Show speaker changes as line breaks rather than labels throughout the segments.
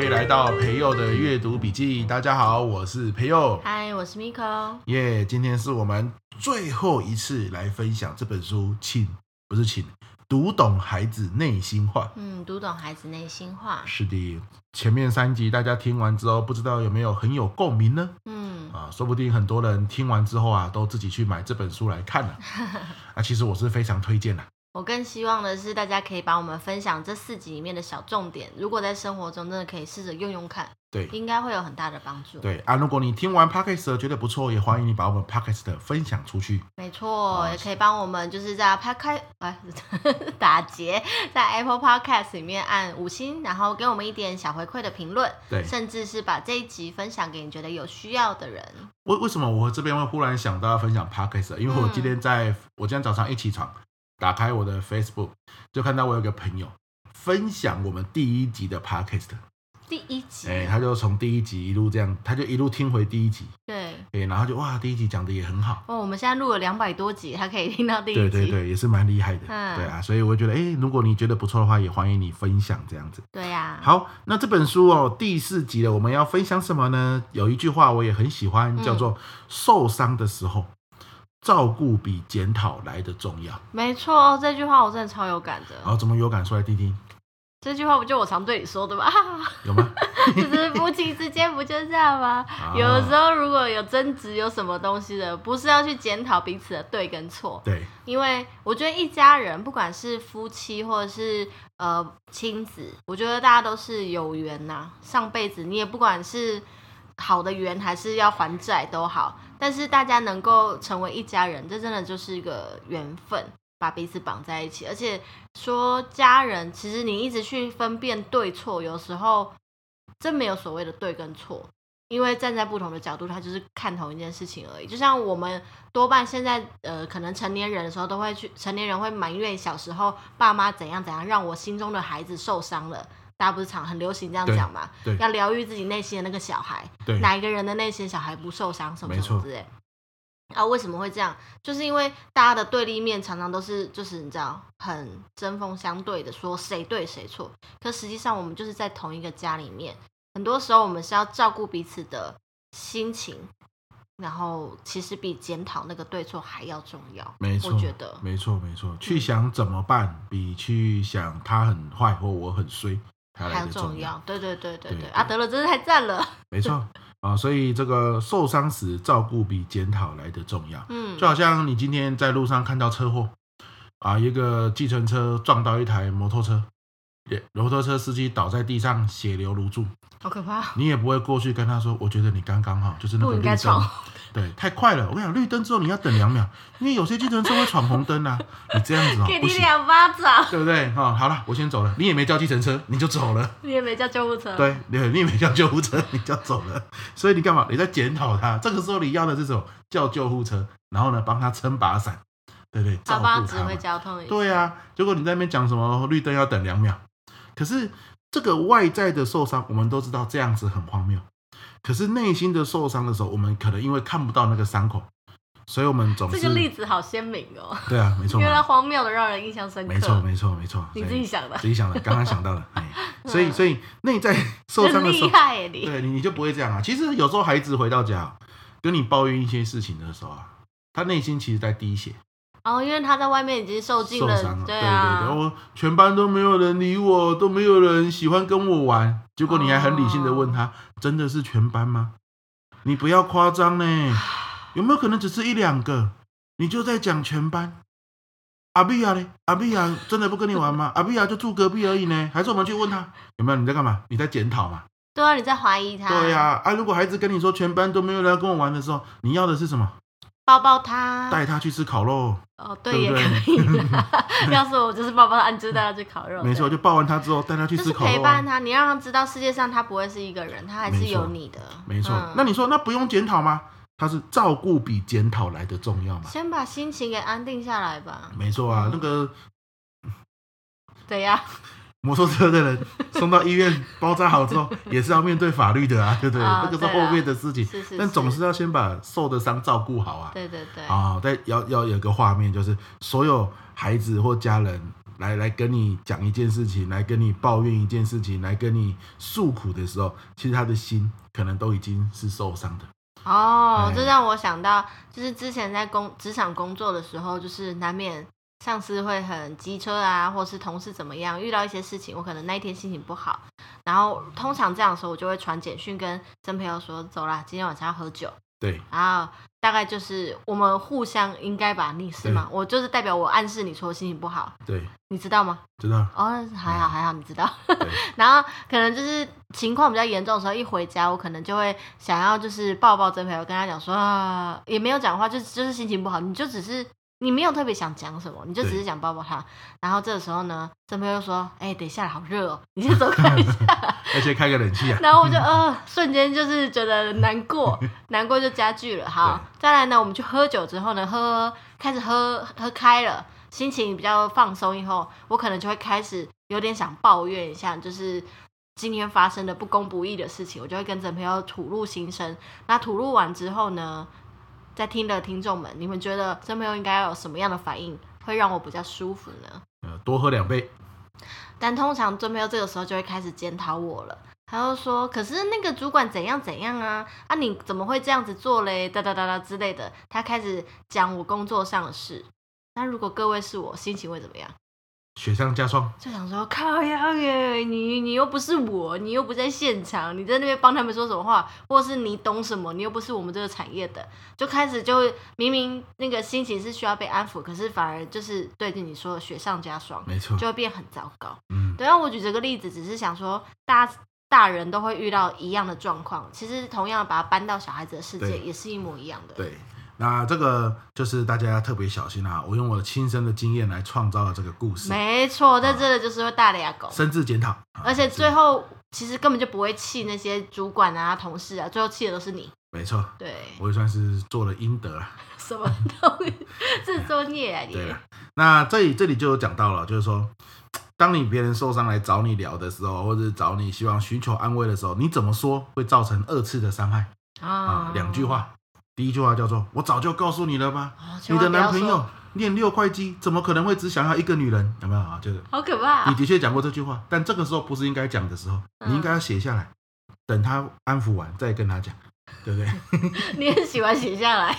以来到培佑的阅读笔记。大家好，我是培佑，
嗨，我是 Miko。
耶、今天是我们最后一次来分享这本书，请不是请读懂孩子内心话。
嗯，读懂孩子内心话。
是的，前面三集大家听完之后，不知道有没有很有共鸣呢？
嗯，
啊，说不定很多人听完之后啊，都自己去买这本书来看了、啊，其实我是非常推荐的、
我更希望的是，大家可以把我们分享这四集里面的小重点，如果在生活中真的可以试着用用看，
对。
应该会有很大的帮助。，
对啊，如果你听完 podcast 觉得不错，也欢迎你把我们 podcast 分享出去。
没错，也可以帮我们就是在拍开哎 打结，在 Apple Podcast 里面按五星，然后给我们一点小回馈的评论，
对，
甚至是把这一集分享给你觉得有需要的人。
为为什么我这边会忽然想到要分享 podcast？因为我
嗯
今天在、我今天早上一起床，打开我的 Facebook，就看到我有个朋友分享我们第一集的 podcast，
第一集，
哎、他就从第一集一路这样，他就一路听回第一集，
对。
哎、然后就哇，第一集讲的也很好，
哦，我们现在录了两百多集，他可以听到第一
对
集。
对对，也是蛮厉害的，
嗯
对啊，所以我觉得，哎、如果你觉得不错的话，也欢迎你分享这样子。
对啊呀、
好，那这本书哦，第四集了，我们要分享什么呢？有一句话我也很喜欢，
嗯
叫做“受伤的时候，照顾比检讨来的重要”。
没错，哦这句话我真的超有感的。
好，怎么有感出来听听？
这句话不就我常对你说的吗？
有吗？
就是夫妻之间不就这样吗？
啊
有的时候如果有争执，有什么东西的，不是要去检讨彼此的对跟错，
对，
因为我觉得一家人，不管是夫妻或者是呃亲子，我觉得大家都是有缘呐、上辈子你也不管是好的缘还是要还债都好，但是大家能够成为一家人，这真的就是一个缘分，把彼此绑在一起。而且说家人，其实你一直去分辨对错，有时候真没有所谓的对跟错。因为站在不同的角度，他就是看同一件事情而已。就像我们多半现在呃，可能成年人的时候都会去，成年人会埋怨小时候爸妈怎样怎样，让我心中的孩子受伤了。大家不是常很流行这样
对
讲嘛？
对
要疗愈自己内心的那个小孩，
对，
哪一个人的内心小孩不受伤什
嗯
么
没
什么
错
之类。啊，为什么会这样？就是因为大家的对立面常常都是，就是你知道，很针锋相对的说谁对谁错。可实际上，我们就是在同一个家里面，很多时候我们是要照顾彼此的心情，然后其实比检讨那个对错还要重要。
没错
我觉得，嗯
没错，没错。去想怎么办，比去想他很坏或我很衰还
还
来
要
的重
重
要。
要，对对对对
对
对
对
啊！得了，真是太赞了，
没错啊，所以这个受伤时照顾比检讨来的重要。
嗯
就，好像你今天在路上看到车祸，啊，一个计程车撞到一台摩托车，也摩托车司机倒在地上，血流如注，
好可怕，
你也不会过去跟他说，我觉得你刚刚好，就是那
不
个
应
绿
该
灯
闯，，
对，太快了。我跟你讲，绿灯之后你要等两秒，因为有些计程车会闯红灯啊，你这样子哦、
给
不
你
行，
两巴掌，
对不对？哈、好了，我先走了，你也没叫计程车，你就走了。
你也没叫救护 车，
对，你你也没叫救护车，你就走了。所以你干嘛？你在检讨他。这个时候你要的是什么？叫救护车，然后呢，帮他撑把伞，对不对？照
他
顾
帮
他
他指挥
嘛。
交通一下。
对啊，结果你在那边讲什么绿灯要等两秒，可是这个外在的受伤，我们都知道这样子很荒谬。可是内心的受伤的时候，我们可能因为看不到那个伤口，所以我们总
这
哦是
个例子好鲜明哦，
对啊，没错
因
嘛
为，它荒谬的让人印象深刻。
没错，没错，没错。
你
所
自
以
己嗯想的，
自己想的，刚刚想到的。 哎，所以所以内在受伤
很
的时候
厉，害耶你。
对你，你就不会这样啊。其实有时候孩子回到家，跟你抱怨一些事情的时候啊，他内心其实在滴血，
哦，因为他在外面已经受尽
受伤了。
对
对对，哦
啊，
我全班都没有人理我，都没有人喜欢跟我玩。结果你还很理性的问他，
哦
真的是全班吗？你不要夸张呢，有没有可能只是一两个？你就在讲全班。阿碧亚嘞，阿碧亚真的不跟你玩吗？阿碧亚就住隔壁而已呢，还是我们去问他有没有？你在干嘛？你在检讨嘛？
对啊，你在怀疑他，
对呀、，啊，如果孩子跟你说全班都没有人要跟我玩的时候，你要的是什么？
抱抱他，
带他去吃烤肉，
哦，
对
对，也
不
可
对
以 啦。 要是我就是抱抱他，你就带他去烤肉，
没错，
对，
就抱完他之后带他去
就是
吃烤
陪
肉啊。
伴他，你让他知道世界上他不会是一个人，他还是
没错
有你的，
没错，
嗯
那你说那不用检讨吗？他是照顾比检讨来的重要嘛？
先把心情给安定下来吧，
没错啊
嗯，
那个
对呀，
摩托车的人送到医院包扎好之后，也是要面对法律的啊，对不对？
啊
那个是
对啊
后面的事情，
是是，
但总是要先把受的伤照顾好啊。
对对对，
啊、但要要有一个画面，就是所有孩子或家人来来跟你讲一件事情，来跟你抱怨一件事情，来跟你诉苦的时候，其实他的心可能都已经是受伤的。
哦
哎，
这让我想到，就是之前在工职场工作的时候，就是难免上司会很机车啊，或是同事怎么样，遇到一些事情，我可能那一天心情不好，然后通常这样的时候，我就会传简讯跟真朋友说，走啦，今天晚上要喝酒，
对
然后大概就是我们互相应该吧，你是吗？我就是代表我暗示你说我心情不好，
对，
你知道吗？
知道。
哦，还好还好，你知道。
对
然后可能就是情况比较严重的时候，一回家我可能就会想要就是抱抱真朋友，跟他讲说啊，也没有讲话，就就是心情不好，你就只是你没有特别想讲什么，你就只
对
是想抱抱他。然后这个时候呢，真朋友就说，哎、等一下，好热哦，你先走开一下。。
而且开个冷气啊
然后我就呃，瞬间就是觉得难过，难过就加剧了。好，再来呢，我们去喝酒之后呢，喝开始喝喝开了，心情比较放松以后，我可能就会开始有点想抱怨一下，就是今天发生的不公不义的事情，我就会跟整朋友吐露心声。那吐露完之后呢，在听的听众们，你们觉得真朋友应该要有什么样的反应，会让我比较舒服呢？
呃，多喝两杯。
但通常真朋友这个时候就会开始检讨我了，他就说：“可是那个主管怎样怎样啊？啊，你怎么会这样子做嘞？哒哒哒哒之类的。”他开始讲我工作上的事。那如果各位是我，心情会怎么样？
雪上加霜，
就想说靠呀耶，你你又不是我，你又不在现场，你在那边帮他们说什么话，或是你懂什么，你又不是我们这个产业的，就开始就会明明那个心情是需要被安抚，可是反而就是对着你说的雪上加霜，
没错，
就会变很糟糕。
嗯，
对啊，我举这个例子，只是想说，大家大人都会遇到一样的状况，其实同样把它搬到小孩子的世
对
界，也是一模一样的。，
对。那这个就是大家要特别小心啊！我用我的亲身的经验来创造了这个故事，
没错，
啊
在这里就是会大俩狗，
深自检讨。啊
而且
深自
最后其实根本就不会气那些主管啊、同事啊，最后气的都是你。
没错，
对，
我也算是做了阴德啊。
什么东西，自作孽啊你！
对了，那这里这里就有讲到了，就是说，当你别人受伤来找你聊的时候，或者找你希望寻求安慰的时候，你怎么说会造成二次的伤害啊？两句。话，第一句话叫做“我早就告诉你了吧”，
哦千
你的
万不
男
要
朋
说
友练六块肌，怎么可能会只想要一个女人？有没有啊？就是
好可怕
你
啊！
的确讲过这句话，但这个时候不是应该讲的时候，
嗯
你应该要写下来，等他安抚完再跟他讲，对不对？
你很喜欢写下来，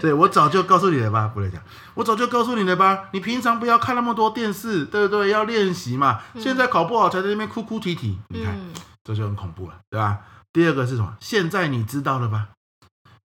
对我早就告诉你了吧，不能讲，我早就告诉你了吧，你平常不要看那么多电视，对不对？要练习嘛，
嗯
现在考不好才在那边哭哭啼啼， 你看、
嗯，
这就很恐怖了，对吧？第二个是什么？现在你知道了吧？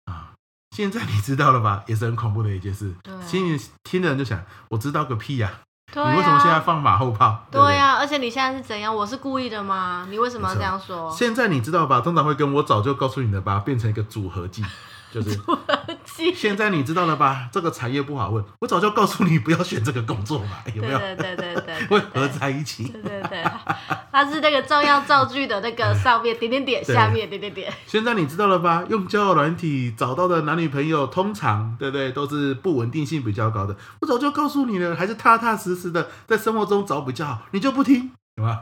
啊，现在你知道了吧，也是很恐怖的一件事。
对啊
心里听的人就想，我知道个屁呀、
对
你为什么
啊
现在放马后炮？对不
对啊呀、而且你现在是怎样？我是故意的吗？你为什么要这样说？
现在你知道吧？通常会跟我早就告诉你了吧，变成一个组合技，就是
气
现在你知道了吧？这个产业不好问，我早就告诉你不要选这个工作嘛，有没有？
对对对对 对，
会合在一起。
对对对， 它是那个重要造句的那个上面点点点，
对
下面点点点。
现在你知道了吧？用交友软体找到的男女朋友，通常对不对都是不稳定性比较高的。我早就告诉你了，还是踏踏实实的在生活中找比较好，你就不听， 有吗？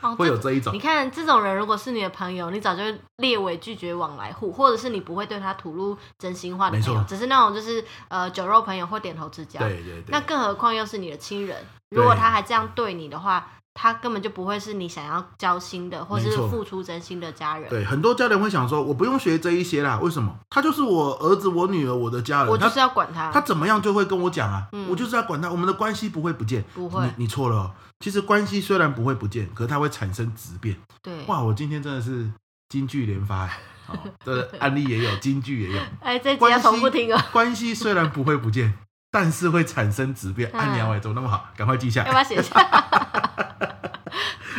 哦
会有
这
这一种
你。看这种人，如果是你的朋友，你早就列为拒绝往来户，或者是你不会对他吐露真心话的
没
朋友
错，
只是那种就是呃酒肉朋友或点头之交。
对对对。
那更何况又是你的亲人，
对
如果他还这样对你的话，他根本就不会是你想要交心的，或是
没错
付出真心的家人。
对，很多家人会想说，我不用学这一些啦，为什么？他就是我儿子、我女儿、我的家人，
我就
他
是要管他，
他怎么样就会跟我讲啊，
嗯
我就是要管他，我们的关系不会不见。
不会
你你错了、哦。其实关系虽然不会不见，可是它会产生质变。
对。
哇，我今天真的是金句连 发哎，哦，这个案例也有，金句也有。
哎，这集
关
要
系
重复听哦，
关系虽然不会不见，但是会产生质 变。
嗯
按鸟哎，怎么那么好？赶快记下
要不，要写 下？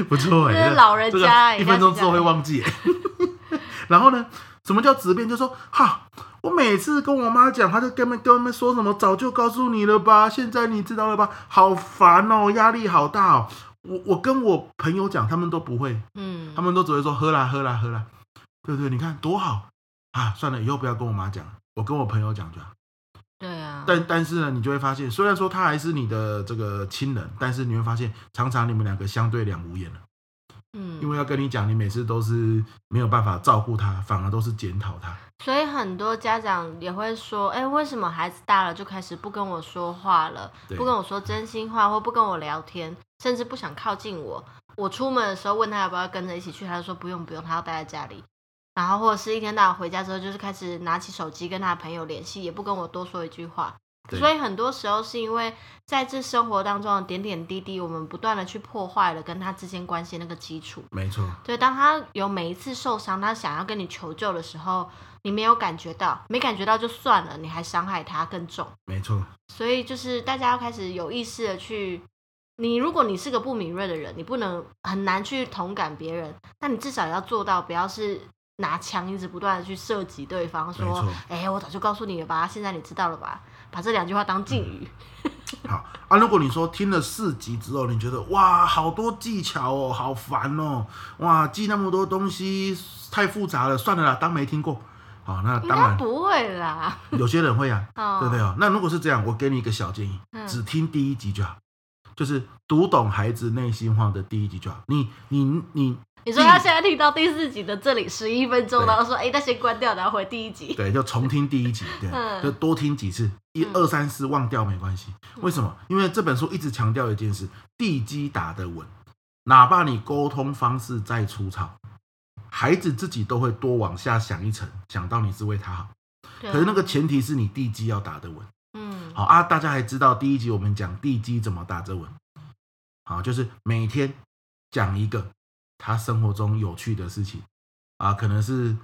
不错哎，
这是
个
老人
这个
家哎
一分钟
应该是
之后会忘记哎。 然后呢，什么叫质变？就说哈。我每次跟我妈讲，她就跟跟他们说什么，早就告诉你了吧，现在你知道了吧，好烦哦，压力好大哦。我我跟我朋友讲，他们都不会，
嗯
他，们都只会说喝啦喝啦喝啦，对不对？你看多好啊！算了，以后不要跟我妈讲，我跟我朋友讲就好。
对啊，
但但是呢，你就会发现，虽然说他还是你的这个亲人，但是你会发现，常常你们两个相对两无言了。
嗯，
因为要跟你讲，你每次都是没有办法照顾他，反而都是检讨他。
所以很多家长也会说，哎、为什么孩子大了就开始不跟我说话了，
对
不跟我说真心话，或不跟我聊天，甚至不想靠近我。我出门的时候问他要不要跟着一起去，他就说不用不用，他要待在家里。然后或者是一天到晚回家之后，就是开始拿起手机跟他的朋友联系，也不跟我多说一句话。
对
所以很多时候是因为在这生活当中的点点滴滴，我们不断的去破坏了跟他之间关系的那个基础。
没错，
对，当他有每一次受伤，他想要跟你求救的时候，你没有感觉到，没感觉到就算了，你还伤害他更重。
没错，
所以就是大家要开始有意识的去，你如果你是个不敏锐的人，你不能很难去同感别人，那你至少要做到不要是拿枪一直不断的去射击对方，
没
说
错，
哎、我早就告诉你了吧，现在你知道了吧，把这两句话当禁语。
嗯好啊。如果你说听了四集之后，你觉得哇，好多技巧哦，好烦哦，哇，记那么多东西太复杂了，算了啦，当没听过。好，那
应
当
该
然
不会啦，
有些人会啊，
哦，
对不对哦？那如果是这样，我给你一个小建议，
嗯
只听第一集就好，就是读懂孩子内心话的第一集就好。你你你，
你说他
嗯
现在听到第四集的这里十一分钟，然后说，哎、那先关掉，然后回第一集。
对，就重听第一集，对，
嗯
就多听几次，一
嗯
二三四忘掉没关系。为什么？因为这本书一直强调一件事：地基打得稳，哪怕你沟通方式再粗糙，孩子自己都会多往下想一层，想到你是为他好。
对啊
可是那个前提是你地基要打得稳。
嗯，
好啊，大家还知道第一集我们讲地基怎么打这稳，好，就是每天讲一个他生活中有趣的事情啊，可能是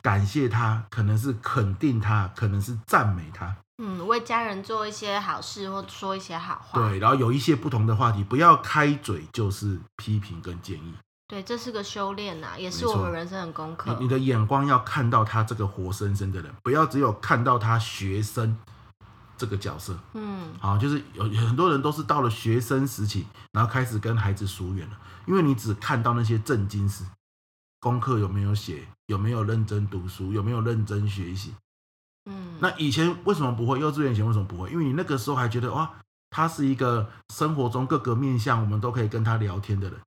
感谢他，可能是肯定他，可能是赞美他，
嗯，为家人做一些好事或说一些好话，
对，然后有一些不同的话题，不要开嘴就是批评跟建议，
对，这是个修炼呐、也是
没
我
错
们人生的功
你
课
你。的眼光要看到他这个活生生的人，不要只有看到他学生这个角色，
嗯，
好，啊就是有有很多人都是到了学生时期，然后开始跟孩子疏远了，因为你只看到那些正经事，功课有没有写，有没有认真读书，有没有认真学习。
嗯，
那以前为什么不会？幼稚园以前为什么不会？因为你那个时候还觉得哇，他是一个生活中各个面向我们都可以跟他聊天的人，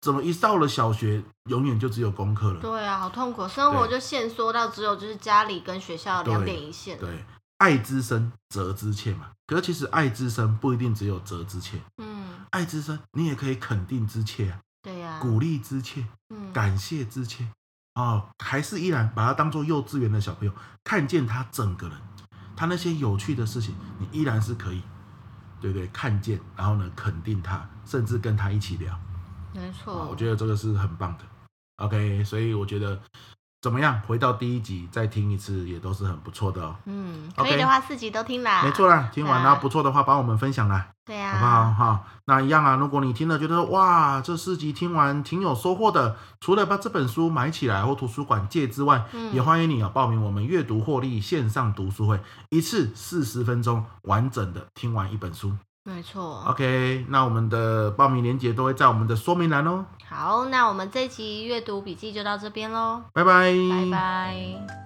怎么一到了小学，永远就只有功课了？
对啊，好痛苦，生活
对
就限缩到只有就是家里跟学校
对
两点一线。
对，爱之深，责之切嘛。可是其实爱之深不一定只有责之切，
嗯，
爱之深你也可以肯定之切啊。
对呀、
鼓励之切、
嗯，
感谢之切，哦，还是依然把他当做幼稚园的小朋友，看见他整个人，他那些有趣的事情，你依然是可以，对不对？看见，然后呢，肯定他，甚至跟他一起聊，
没
啊，
错
我。觉得这个是很棒的。OK，所以我觉得怎么样？回到第一集再听一次，也都是很不错的哦。
嗯，可
OK
以的话四集都听啦。
没错啦，听完啦，
啊
不错的话帮我们分享啦。
对啊呀、
好不好？哈，那一样啊。如果你听了觉得哇，这四集听完挺有收获的，除了把这本书买起来或图书馆借之外，
嗯
也欢迎你啊报名我们阅读获利线上读书会，一次四十分钟，完整的听完一本书。
没错。
OK，那我们的报名链接都会在我们的说明栏哦。
好，那我们这一集阅读笔记就到这边喽，
拜拜，
拜拜。